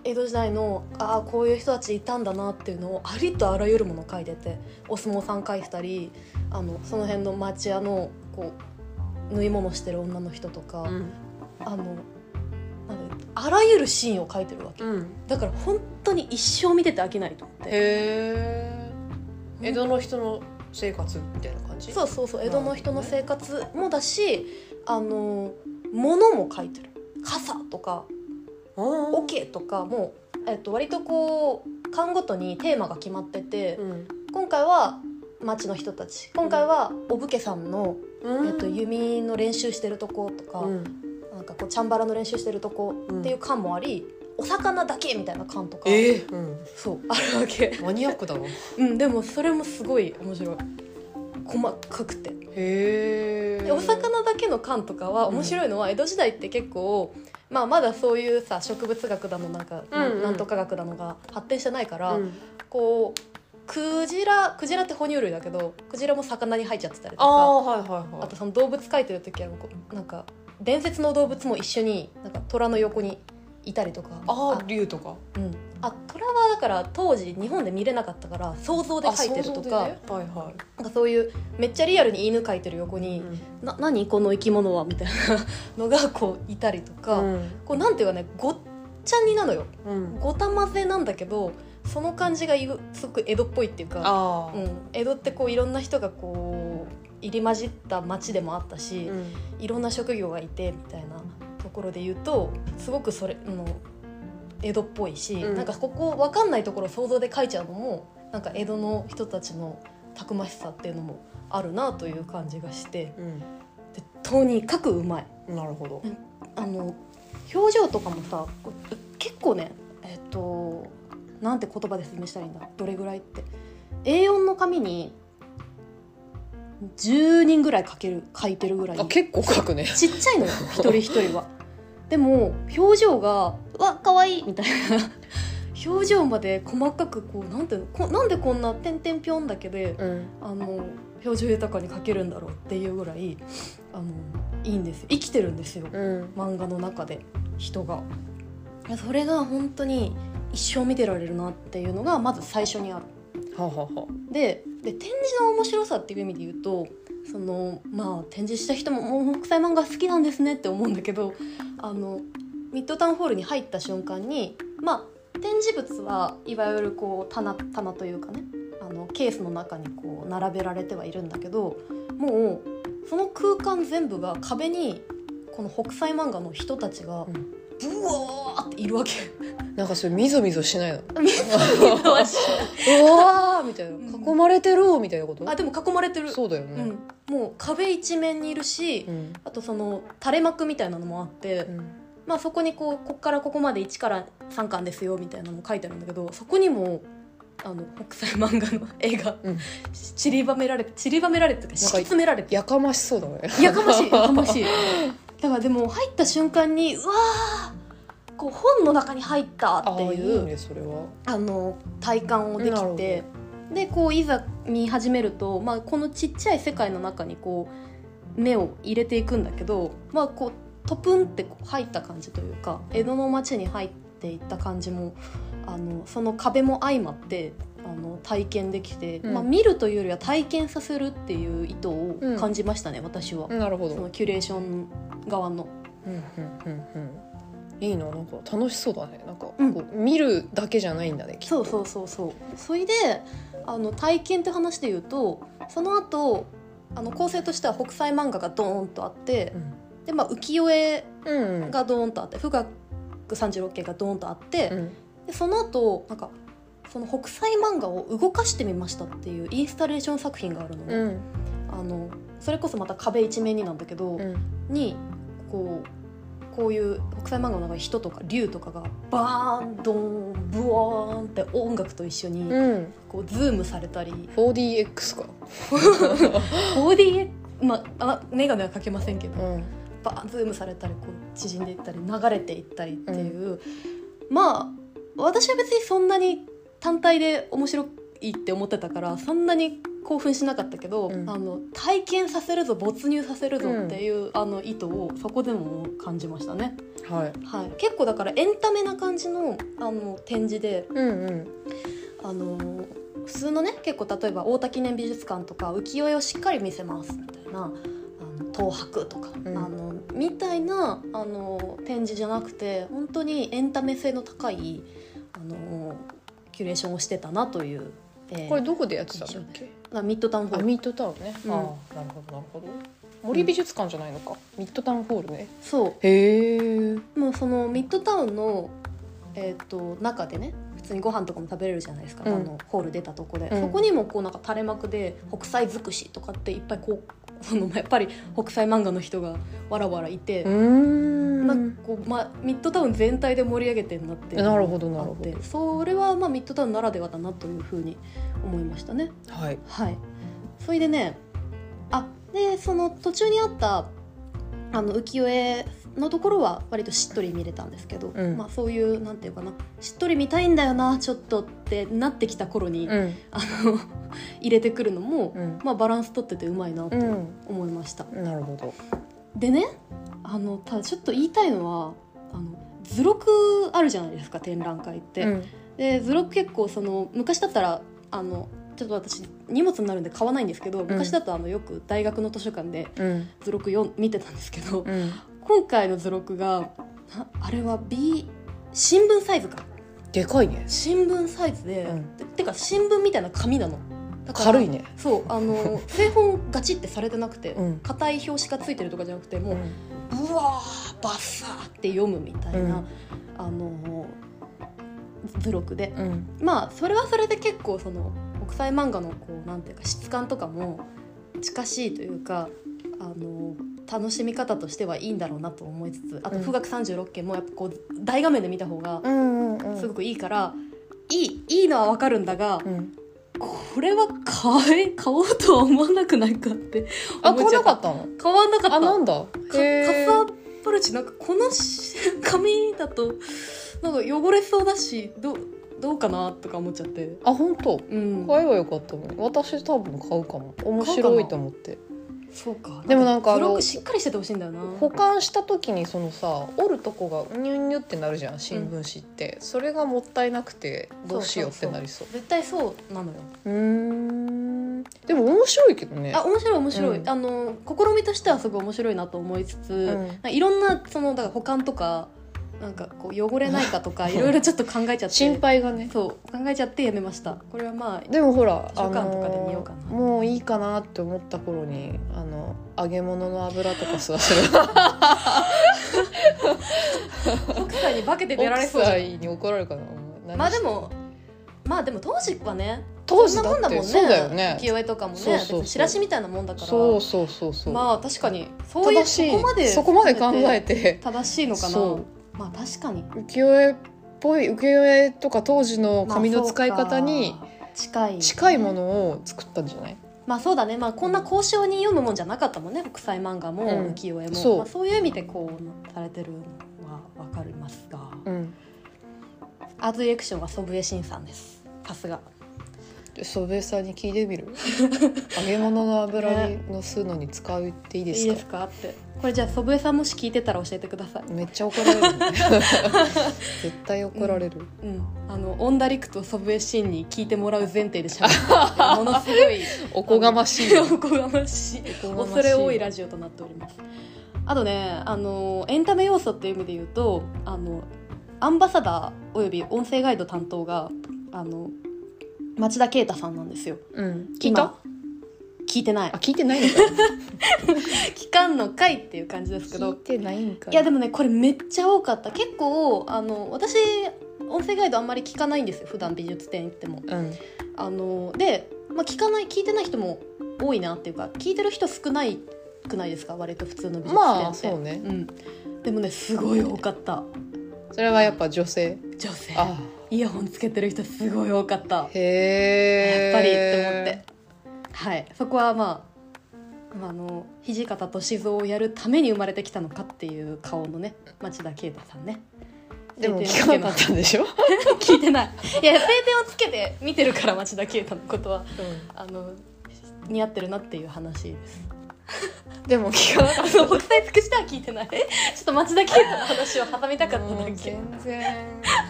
Speaker 2: 江戸時代のああこういう人たちいたんだなっていうのをありとあらゆるもの書いててお相撲さん書いてたりあのその辺の町屋のこう縫い物してる女の人とか、
Speaker 1: うん
Speaker 2: あのなんだあらゆるシーンを書いてるわけ
Speaker 1: うん
Speaker 2: だから本当に一生見てて飽きないと思って
Speaker 1: へえ江戸の人の生活みたいな感じ
Speaker 2: そうそうそう江戸の人の生活もだしあの物も書いてる傘とか
Speaker 1: お
Speaker 2: オケとかも、えっと、割とこう巻ごとにテーマが決まってて、
Speaker 1: うん
Speaker 2: 今回は町の人たち今回はお武家さんの、
Speaker 1: うん
Speaker 2: えっと、弓の練習してるとことか,、
Speaker 1: うん
Speaker 2: なんかこうチャンバラの練習してるとこ
Speaker 1: うん
Speaker 2: っていう缶もあり、お魚だけみたいな缶とか、
Speaker 1: ええうん
Speaker 2: そうあるわけ
Speaker 1: マニアックだな
Speaker 2: うんでもそれもすごい面白い細かくて
Speaker 1: へえ
Speaker 2: でお魚だけの缶とかは
Speaker 1: うん
Speaker 2: 面白いのは江戸時代って結構、まあ、まだそういうさ植物学だのなんか、
Speaker 1: うんうん
Speaker 2: なんとか学だのが発展してないから、
Speaker 1: うん
Speaker 2: こうクジラクジラって哺乳類だけどクジラも魚に入っちゃってたりと
Speaker 1: あ
Speaker 2: か
Speaker 1: あはいはいはい
Speaker 2: あとその動物描いてる時はこうなんか伝説の動物も一緒になんか虎の横にいたりとか
Speaker 1: ああ竜とか
Speaker 2: うん、あ虎はだから当時日本で見れなかったから想像で
Speaker 1: あ
Speaker 2: 描いてると
Speaker 1: 想像でね
Speaker 2: か,、
Speaker 1: はいは
Speaker 2: なんかそういうめっちゃリアルに犬描いてる横
Speaker 1: い
Speaker 2: に
Speaker 1: うん
Speaker 2: 「な何この生き物は」みたいなのがこういたりとか、
Speaker 1: うん
Speaker 2: こうなんていうかねごっちゃになのよ
Speaker 1: うん
Speaker 2: ごた混ぜなんだけどその感じがいうすごく江戸っぽいっていうか
Speaker 1: あ
Speaker 2: う
Speaker 1: あ
Speaker 2: ん、江戸ってこういろんな人がこう入り混じった町でもあったし、
Speaker 1: うん
Speaker 2: いろんな職業がいてみたいなところで言うとすごくそれあの江戸っぽいし、
Speaker 1: うん
Speaker 2: なんかここ分かんないところを想像で書いちゃうのもなんか江戸の人たちのたくましさっていうのもあるなという感じがして
Speaker 1: うん
Speaker 2: でとにかくうまい
Speaker 1: なるほど
Speaker 2: あの表情とかもさこう結構ねえっとなんて言葉で説明したらいいんだどれぐらいって A4 の紙に10人ぐらい書ける書いてるぐらい
Speaker 1: あ結構書くね
Speaker 2: ちっちゃいのよ一人一人はでも表情が「うわ可愛いみたいな表情まで細かくこうなんていうのこなんでこんな点々ぴょんだけで
Speaker 1: うん
Speaker 2: あの表情豊かに書けるんだろうっていうぐらいあのいいんですよ生きてるんですよ
Speaker 1: うん
Speaker 2: 漫画の中で人がいやそれが本当に一生見てられるなっていうのがまず最初にある
Speaker 1: ははは
Speaker 2: でで展示の面白さっていう意味で言うとそのまあ展示した人も「もう北斎漫画好きなんですね」って思うんだけどあのミッドタウンホールに入った瞬間にまあ展示物はいわゆるこう棚棚というかねあのケースの中にこう並べられてはいるんだけどもうその空間全部が壁にこの北斎漫画の人たちが
Speaker 1: う
Speaker 2: ブ
Speaker 1: ん *laughs*
Speaker 2: ワーっているわけ。
Speaker 1: なんかそれみぞみぞしないのうわーみたい
Speaker 2: ん
Speaker 1: な囲まれてるみたいなこと
Speaker 2: あでも囲まれてる
Speaker 1: そうだよ
Speaker 2: う
Speaker 1: ね
Speaker 2: ん、もう壁一面にいるし、
Speaker 1: うん
Speaker 2: あとその垂れ幕みたいなのもあって、
Speaker 1: うん
Speaker 2: まあそこにこうこっからここまで1から3巻ですよみたいなのも書いてあるんだけどそこにもあの北斎漫画の *laughs* 絵が
Speaker 1: うん
Speaker 2: し散りばめられて散りばめられてというか敷き詰められて
Speaker 1: やかましそうだね
Speaker 2: やか
Speaker 1: *laughs*
Speaker 2: ましいやかましいだからでも入った瞬間にうわーこう本の中に入った
Speaker 1: あ
Speaker 2: っ
Speaker 1: あ
Speaker 2: て
Speaker 1: い
Speaker 2: いう
Speaker 1: いねそれは
Speaker 2: あの体感をで
Speaker 1: なる
Speaker 2: き
Speaker 1: ほ
Speaker 2: てでこういざ見始めると、まあ、このちっちゃい世界の中にこう目を入れていくんだけど、まあ、こうトプンってこう入った感じというか江戸の町に入っていった感じもあのその壁も相まってあの体験できて、
Speaker 1: うん
Speaker 2: まあ、見るというよりは体験させるっていう意図を感じましたね、私は、
Speaker 1: なるほど
Speaker 2: そのキュレーション側の。
Speaker 1: うんうんうんうんいいななんか楽しそうだねなんかこう、
Speaker 2: うん
Speaker 1: 見るだけじゃないんだねきっと
Speaker 2: そうそうそうそうそれであの体験って話で言うとその後あの構成としては北斎漫画がドーンとあって
Speaker 1: うん
Speaker 2: で、まあ、浮世絵
Speaker 1: うんうん
Speaker 2: がドーンとあって富岳三十六景がドーンとあって、
Speaker 1: うん
Speaker 2: でその後なんかその北斎漫画を動かしてみましたっていうインスタレーション作品があるの,、
Speaker 1: うん
Speaker 2: あのそれこそまた壁一面になんだけ
Speaker 1: う
Speaker 2: ど、
Speaker 1: ん
Speaker 2: にこうこういう北斎漫画の中に人とか竜とかがバーンドーンブワーンって音楽と一緒に
Speaker 1: うん
Speaker 2: こうズームされたり
Speaker 1: 4DX か
Speaker 2: 4DX まあ、あ眼鏡はかけませんけど
Speaker 1: うん
Speaker 2: バーンズームされたりこう縮んでいったり流れていったりっていう、まあ私は別にそんなに単体で面白いって思ってたからそんなに興奮しなかったけど、
Speaker 1: うん
Speaker 2: あの体験させるぞ没入させるぞっていう、あの意図をそこでも感じましたね、
Speaker 1: はい
Speaker 2: はい、結構だからエンタメな感じのあの展示で
Speaker 1: うんうん
Speaker 2: あのー普通のね結構例えば太田記念美術館とか浮世絵をしっかり見せますみたいなあの東博とか、
Speaker 1: ん
Speaker 2: あのみたいなあのー展示じゃなくて本当にエンタメ性の高いあのーキュレーションをしてたなという、えー
Speaker 1: これどこでやってたんだっけ
Speaker 2: まあミッドタウンホ
Speaker 1: あ
Speaker 2: ール
Speaker 1: ミッドタウンね、
Speaker 2: うん
Speaker 1: ああなるほどなるほど森美術館じゃないのか、ミッドタウンホールね
Speaker 2: そ
Speaker 1: へえ
Speaker 2: うもうそのミッドタウンの、えー、と中でね普通にご飯とかも食べれるじゃないですか、
Speaker 1: うん
Speaker 2: あのホール出たとこで、
Speaker 1: うん
Speaker 2: そこにもこうなんか垂れ幕で「北斎尽くし」とかっていっぱいこう *laughs* そのやっぱり北斎漫画の人がわらわらいて、
Speaker 1: うーん
Speaker 2: まあこうまあ、ミッドタウン全体で盛り上げてんなっていうのが
Speaker 1: なるほどなる
Speaker 2: あっ
Speaker 1: ほ
Speaker 2: てそれはまあミッドタウンならではだなというふうに思いましたね。
Speaker 1: どはい
Speaker 2: はい、それでねあでその途中にあったあの浮世絵のところは割としっとり見れたんですけど、
Speaker 1: うん
Speaker 2: まあ、そういうなんていうかなしっとり見たいんだよなちょっとってなってきた頃に、
Speaker 1: うん
Speaker 2: *laughs* あの入れてくるのも、
Speaker 1: うん
Speaker 2: まあ、バランス取っててうまいなと
Speaker 1: うん
Speaker 2: 思いました。
Speaker 1: なるほど
Speaker 2: でねあのただちょっと言いたいのはあの図録あるじゃないですか展覧会って。
Speaker 1: うん
Speaker 2: で図録結構その昔だったらあのちょっと私荷物になるんで買わないんですけど昔だとあのよく大学の図書館で
Speaker 1: うん
Speaker 2: 図録よ見てたんですけど *laughs*
Speaker 1: うん
Speaker 2: 今回の図録がなあれは B 新聞サイズか
Speaker 1: でかいね
Speaker 2: 新聞サイズで、
Speaker 1: うん
Speaker 2: ててか新聞みたいな紙なのだから
Speaker 1: 軽いね
Speaker 2: そうあの *laughs* 製本ガチってされてなくて
Speaker 1: うん
Speaker 2: 硬、い表紙がついてるとかじゃなくてもう
Speaker 1: うん
Speaker 2: うわーバッサーって読むみたいな、
Speaker 1: うん
Speaker 2: あの図録で
Speaker 1: うん
Speaker 2: まあそれはそれで結構その国際漫画のこうなんていうか質感とかも近しいというかあの楽しみ方としてはいいんだろうなと思いつつあと
Speaker 1: うん
Speaker 2: 「富岳三十六景」もやっぱこう大画面で見た方が
Speaker 1: うんうん
Speaker 2: すごくいいから、いいいいのはわかるんだが、
Speaker 1: うん
Speaker 2: これは買え買おうとは思わなくないかって
Speaker 1: あ
Speaker 2: 思
Speaker 1: 買
Speaker 2: っ
Speaker 1: わ
Speaker 2: ちゃ
Speaker 1: な
Speaker 2: った
Speaker 1: かったの
Speaker 2: 買わなかった
Speaker 1: あなんだ
Speaker 2: かカ
Speaker 1: へ
Speaker 2: スアパルチなんかこのし紙だとなんか汚れそうだしどうどうかなとか思っちゃって。
Speaker 1: あ本当
Speaker 2: うん、
Speaker 1: 買えばよかったのに私多分買うかも面白いと思って
Speaker 2: そうか
Speaker 1: でもなんかあ
Speaker 2: ブ
Speaker 1: の
Speaker 2: ロックしっかりしててほしいんだよな
Speaker 1: 保管した時にそのさ折るとこがニュンニュってなるじゃん新聞紙って、それがもったいなくてどうしようってなりそう
Speaker 2: 絶対そうなのよ
Speaker 1: うーんでも面白いけどね
Speaker 2: あ面白い面白い、
Speaker 1: うん
Speaker 2: あの試みとしてはすごい面白いなと思いつつ、
Speaker 1: ん
Speaker 2: なんかいろんなそのだから保管とかなんかこう汚れないかとかいろいろちょっと考えちゃって
Speaker 1: 心配がね
Speaker 2: そう考えちゃってやめましたこれはまあ
Speaker 1: でもほら
Speaker 2: 図書館とかで見ようかな
Speaker 1: あのーもういいかなって思
Speaker 2: *laughs*
Speaker 1: った頃にあの揚げ物の油とか吸わせる
Speaker 2: 奥さんに化けて出ら
Speaker 1: 奥
Speaker 2: れそうじ
Speaker 1: さ
Speaker 2: ゃん
Speaker 1: んに怒られるかなお前
Speaker 2: まあ
Speaker 1: 何し
Speaker 2: で
Speaker 1: て
Speaker 2: もまあでも当時はね
Speaker 1: 当時だ
Speaker 2: そん
Speaker 1: って
Speaker 2: なもんだもんね
Speaker 1: そうだよね
Speaker 2: 浮世絵とかもね
Speaker 1: そうそうそう
Speaker 2: 別にチラシみたいなもんだから
Speaker 1: そうそうそうそう、
Speaker 2: まあ確かにそうい
Speaker 1: 正
Speaker 2: うそ
Speaker 1: しい
Speaker 2: こまで
Speaker 1: そこまで考えて
Speaker 2: 正しいのかな
Speaker 1: そ
Speaker 2: まあ確かに
Speaker 1: う浮世絵っぽい浮世絵とか当時の紙の使い方に
Speaker 2: まあそうか近い
Speaker 1: 近いものを作ったんじゃない、
Speaker 2: まあそうだねまあこんな交渉に読むもんじゃなかったもんね国際漫画も
Speaker 1: うん
Speaker 2: 浮世絵も、
Speaker 1: そう
Speaker 2: まあ、そういう意味でこうされてるのはわかりますが、
Speaker 1: うん、
Speaker 2: アートディレクションは祖父江慎さんですさすが
Speaker 1: 祖父江さんに聞いてみ
Speaker 2: *laughs*
Speaker 1: る揚げ物の油にのすのに使うっていい
Speaker 2: い
Speaker 1: で
Speaker 2: い
Speaker 1: すか
Speaker 2: ですかってこれじゃあ祖父江さんもし聞いてたら教えてください
Speaker 1: めっちゃ怒られ *laughs* る、ね、絶対怒られる、
Speaker 2: うん、あのオンダリクと祖父江シンに聞いてもらう前提でしゃべっ
Speaker 1: *laughs*
Speaker 2: てものすごい
Speaker 1: おこがましい
Speaker 2: *laughs* おこがましい
Speaker 1: おこがましい
Speaker 2: 恐れ多いラジオとなっておりますあとねあのエンタメ要素っていう意味で言うとあのアンバサダーおよび音声ガイド担当があの町田啓太さんなんですよ
Speaker 1: うん、聞いた
Speaker 2: 今聞いてない
Speaker 1: あ聞いてないのか
Speaker 2: 期間の会っていう感じですけ
Speaker 1: 聞い
Speaker 2: ど
Speaker 1: てないんか
Speaker 2: いやで
Speaker 1: も
Speaker 2: もねこれめっちゃ多かった結構あの私音声ガイドあんまり聞かないんですよ普段美術展行っても
Speaker 1: うん
Speaker 2: あので、まあ、聞かない聞いてない人も多いなっていうか聞いてる人少ないくないですか割と普通の美術展って
Speaker 1: まあそうね
Speaker 2: うん、でもねすごい多かった
Speaker 1: それはやっぱ女性
Speaker 2: 女性
Speaker 1: あ
Speaker 2: イヤホンつけてる人すごい多かったや
Speaker 1: へえ
Speaker 2: っぱりって思ってはいそこはまあまああの土方歳三をやるために生まれてきたのかっていう顔のね町田啓太さんね
Speaker 1: でも
Speaker 2: 定
Speaker 1: 聞
Speaker 2: 点を
Speaker 1: かなかっ
Speaker 2: つけてます
Speaker 1: たんでしょ、
Speaker 2: 聞いてないいや晴天をつけて見てるから町田啓太のことはあの似合ってるなっていう話です
Speaker 1: でも聞かなかっ
Speaker 2: あの国際尽くしては聞いてない *laughs* ちょっと町田啓太の話を挟みた
Speaker 1: た
Speaker 2: かっただ
Speaker 1: もう
Speaker 2: け
Speaker 1: 全然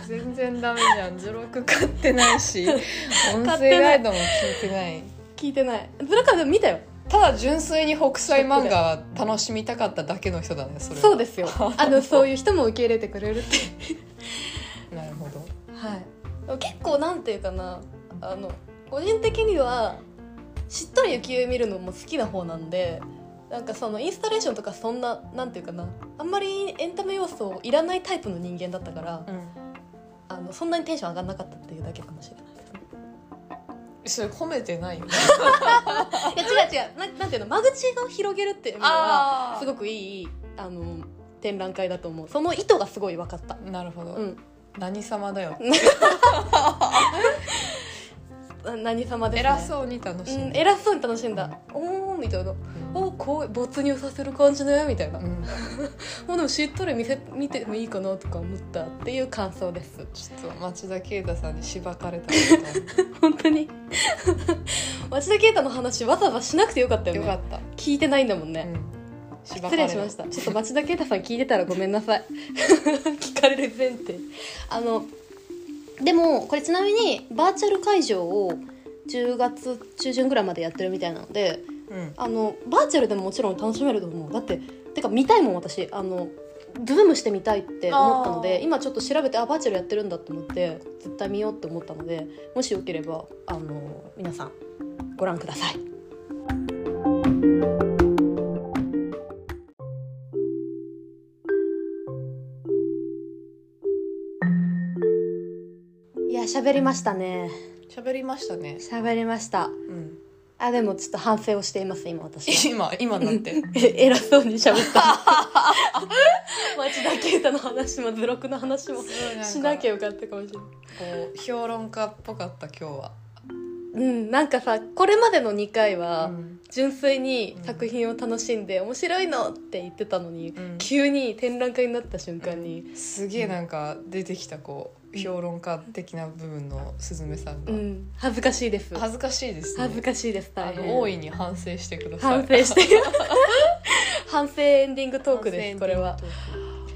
Speaker 1: 全然ダメじゃんズロク *laughs* 買ってないし音
Speaker 2: 買っ
Speaker 1: 声
Speaker 2: てな
Speaker 1: ガ
Speaker 2: い
Speaker 1: イドも聞いてない
Speaker 2: 聞いてない村川でも見たよ
Speaker 1: ただ純粋に北斎漫画楽しみたかっただけの人だねそれは
Speaker 2: そうで
Speaker 1: *laughs*
Speaker 2: すよあのそういう人も受け入れてくれるって
Speaker 1: なるほど
Speaker 2: はい結構なんていうかなあの個人的にはしっとり浮世絵見るのも好きな方なんでなんかそのインスタレーションとかそんななんていうかなあんまりエンタメ要素いらないタイプの人間だったからあのそんなにテンション上がんなかったっていうだけかもしれないです
Speaker 1: それ
Speaker 2: ね
Speaker 1: 褒めてないよ
Speaker 2: いや違う違うななんていうの間口を広げるっていうの
Speaker 1: あ
Speaker 2: は
Speaker 1: ー
Speaker 2: すごくいいあの展覧会だと思うその意図がすごい分かった
Speaker 1: なるほど、
Speaker 2: うん
Speaker 1: 何様だよ
Speaker 2: あ何様です、ね、
Speaker 1: 偉そうに楽し
Speaker 2: うんん、
Speaker 1: で、
Speaker 2: 偉そうに楽しんだおおみたいな
Speaker 1: うん
Speaker 2: おーこう没入させる感じねみたいな、
Speaker 1: うん
Speaker 2: もうでもしっとり見せ見てもいいかなとか思ったっていう感想です
Speaker 1: ちょっと町田啓太さんにしばかれた
Speaker 2: 本当に *laughs* 町田啓太の話わざわざしなくてよかったよ
Speaker 1: よ
Speaker 2: ね
Speaker 1: かった、
Speaker 2: 聞いてないんだもんね、
Speaker 1: うん、しば
Speaker 2: 失
Speaker 1: かれ
Speaker 2: 礼
Speaker 1: た
Speaker 2: しましたちょっと町田啓太さん聞いてたらごめんなさい *laughs* 聞かれる前提あのでもこれちなみにバーチャル会場を10月中旬ぐらいまでやってるみたいなので
Speaker 1: うん
Speaker 2: あのバーチャルでももちろん楽しめると思うだっててか見たいもん私あのズームしてみたいって思ったの
Speaker 1: あー
Speaker 2: で今ちょっと調べてあバーチャルやってるんだと思って絶対見ようって思ったのでもしよければあの皆さんご覧くださいいや喋りましたね
Speaker 1: 喋りましたね、
Speaker 2: 喋りました
Speaker 1: うん、
Speaker 2: あでもちょっと反省をしています今私
Speaker 1: 今今だ
Speaker 2: *laughs*
Speaker 1: って
Speaker 2: え偉そうに喋 *laughs* った町田啓太の話も図録の話もしなきゃ
Speaker 1: ゃ
Speaker 2: よかったかもしれない
Speaker 1: こう評論家っぽかった今日は、
Speaker 2: うんなんかさこれまでの2回は
Speaker 1: うん
Speaker 2: 純粋に作品を楽しんで面白いのって言ってたのに、
Speaker 1: うん
Speaker 2: 急に展覧会になった瞬間に、
Speaker 1: すげえなんか出てきたこう評論家的な部分のすずめさん
Speaker 2: う
Speaker 1: が、
Speaker 2: ん、恥ずかしいです
Speaker 1: 恥ずかしいですね
Speaker 2: 恥ずかしいです
Speaker 1: あ
Speaker 2: 大変
Speaker 1: の大いに反省してください
Speaker 2: 反省して *laughs* 反省エンディングトークですこれは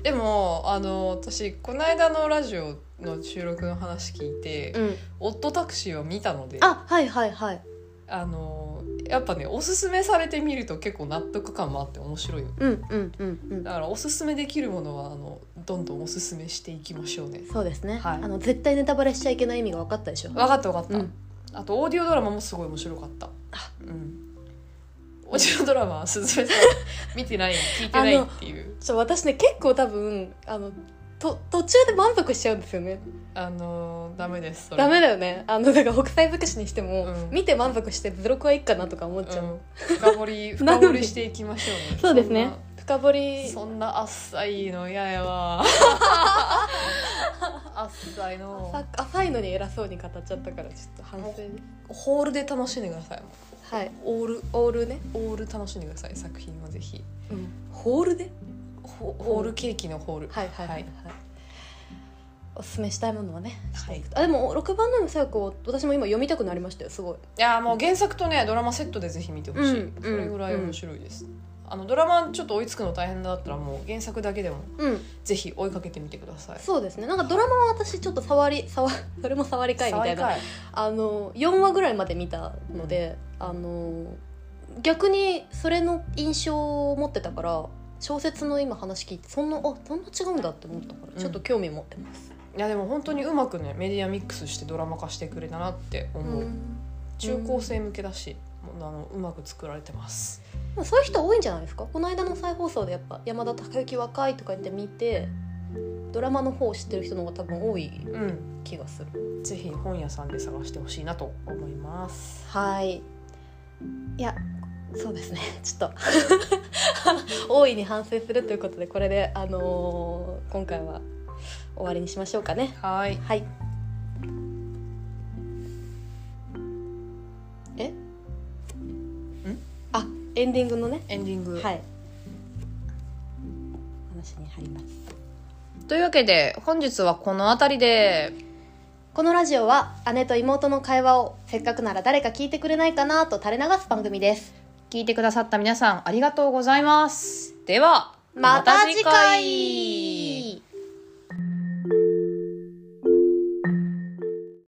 Speaker 1: でもあの私この間のラジオの収録の話聞いて、
Speaker 2: うん
Speaker 1: オットタクシーを見たので
Speaker 2: あはいはいはい
Speaker 1: あのやっぱねおすすめされてみると結構納得感もあって面白いよ
Speaker 2: うんうんうんうん
Speaker 1: だからおすすめできるものはあのどんどんおすすめしていきましょうね
Speaker 2: そうですね、
Speaker 1: はい
Speaker 2: あの絶対ネタバレしちゃいけない意味が分かったでしょ
Speaker 1: 分かった分かった、
Speaker 2: うん
Speaker 1: あとオーディオドラマもすごい面白かった
Speaker 2: あ
Speaker 1: うんおじのドラマすずめさん見てない聞いてないっていう
Speaker 2: ちょ私ね結構多分あのと途中で満足しちゃうんですよね
Speaker 1: あのーダメですそれ
Speaker 2: ダメだよねあのだから北斎尽くしにしても、
Speaker 1: うん
Speaker 2: 見て満足して「ブロクはいいかな」とか思っちゃう、
Speaker 1: うん深掘り深掘りしていきましょうね
Speaker 2: *laughs* そうですね深掘り
Speaker 1: そんなあっさいの嫌や *laughs* わあっさいの
Speaker 2: 浅浅いのに偉そうに語っちゃったからちょっと反省
Speaker 1: ホールで楽しんでください
Speaker 2: はい
Speaker 1: オール
Speaker 2: オールね、
Speaker 1: オール楽しんでください作品はぜひ
Speaker 2: ホールで
Speaker 1: ホホールケーキのホール
Speaker 2: はいはいはい、はい、おすすめしたいものはね
Speaker 1: はいい
Speaker 2: あでも6番の最後私も今読みたくなりましたよすごい
Speaker 1: やーもう原作とねドラマセットでぜひ見てほしい、
Speaker 2: うん
Speaker 1: それぐらい面白いです、あのドラマちょっと追いつくの大変だったらもう原作だけでも
Speaker 2: うん
Speaker 1: ぜひ追いかけてみてください
Speaker 2: そうですねなんかドラマは私ちょっと触り触それも触りかいみたい
Speaker 1: 爽
Speaker 2: な
Speaker 1: やか
Speaker 2: あの4話ぐらいまで見たので、あの逆にそれの印象を持ってたから小説の今話聞いてそんなあそんな違うんだって思ったから、
Speaker 1: うん
Speaker 2: ちょっと興味持ってます、
Speaker 1: いやでも本当にうまくねメディアミックスしてドラマ化してくれたなって思う、中高生向けだし、もうあのうまく作られてます
Speaker 2: でもそういう人多いんじゃないですかこの間の再放送でやっぱ山田孝之若いとか言って見てドラマの方を知ってる人の方が多分多い
Speaker 1: うん
Speaker 2: 気がする
Speaker 1: ぜひ本屋さんで探してほしいなと思います
Speaker 2: はいいやそうですね *laughs* ちょっと大いに反省するということでこれであのー今回は終わりにしましょうかね
Speaker 1: はい
Speaker 2: はいえんあエンディングのね
Speaker 1: エンディング、
Speaker 2: はい話に入ります
Speaker 1: というわけで本日はこの辺りで
Speaker 2: このラジオは姉と妹の会話をせっかくなら誰か聞いてくれないかなと垂れ流す番組です
Speaker 1: 聞いてくださった皆さんありがとうございますでは
Speaker 2: また次回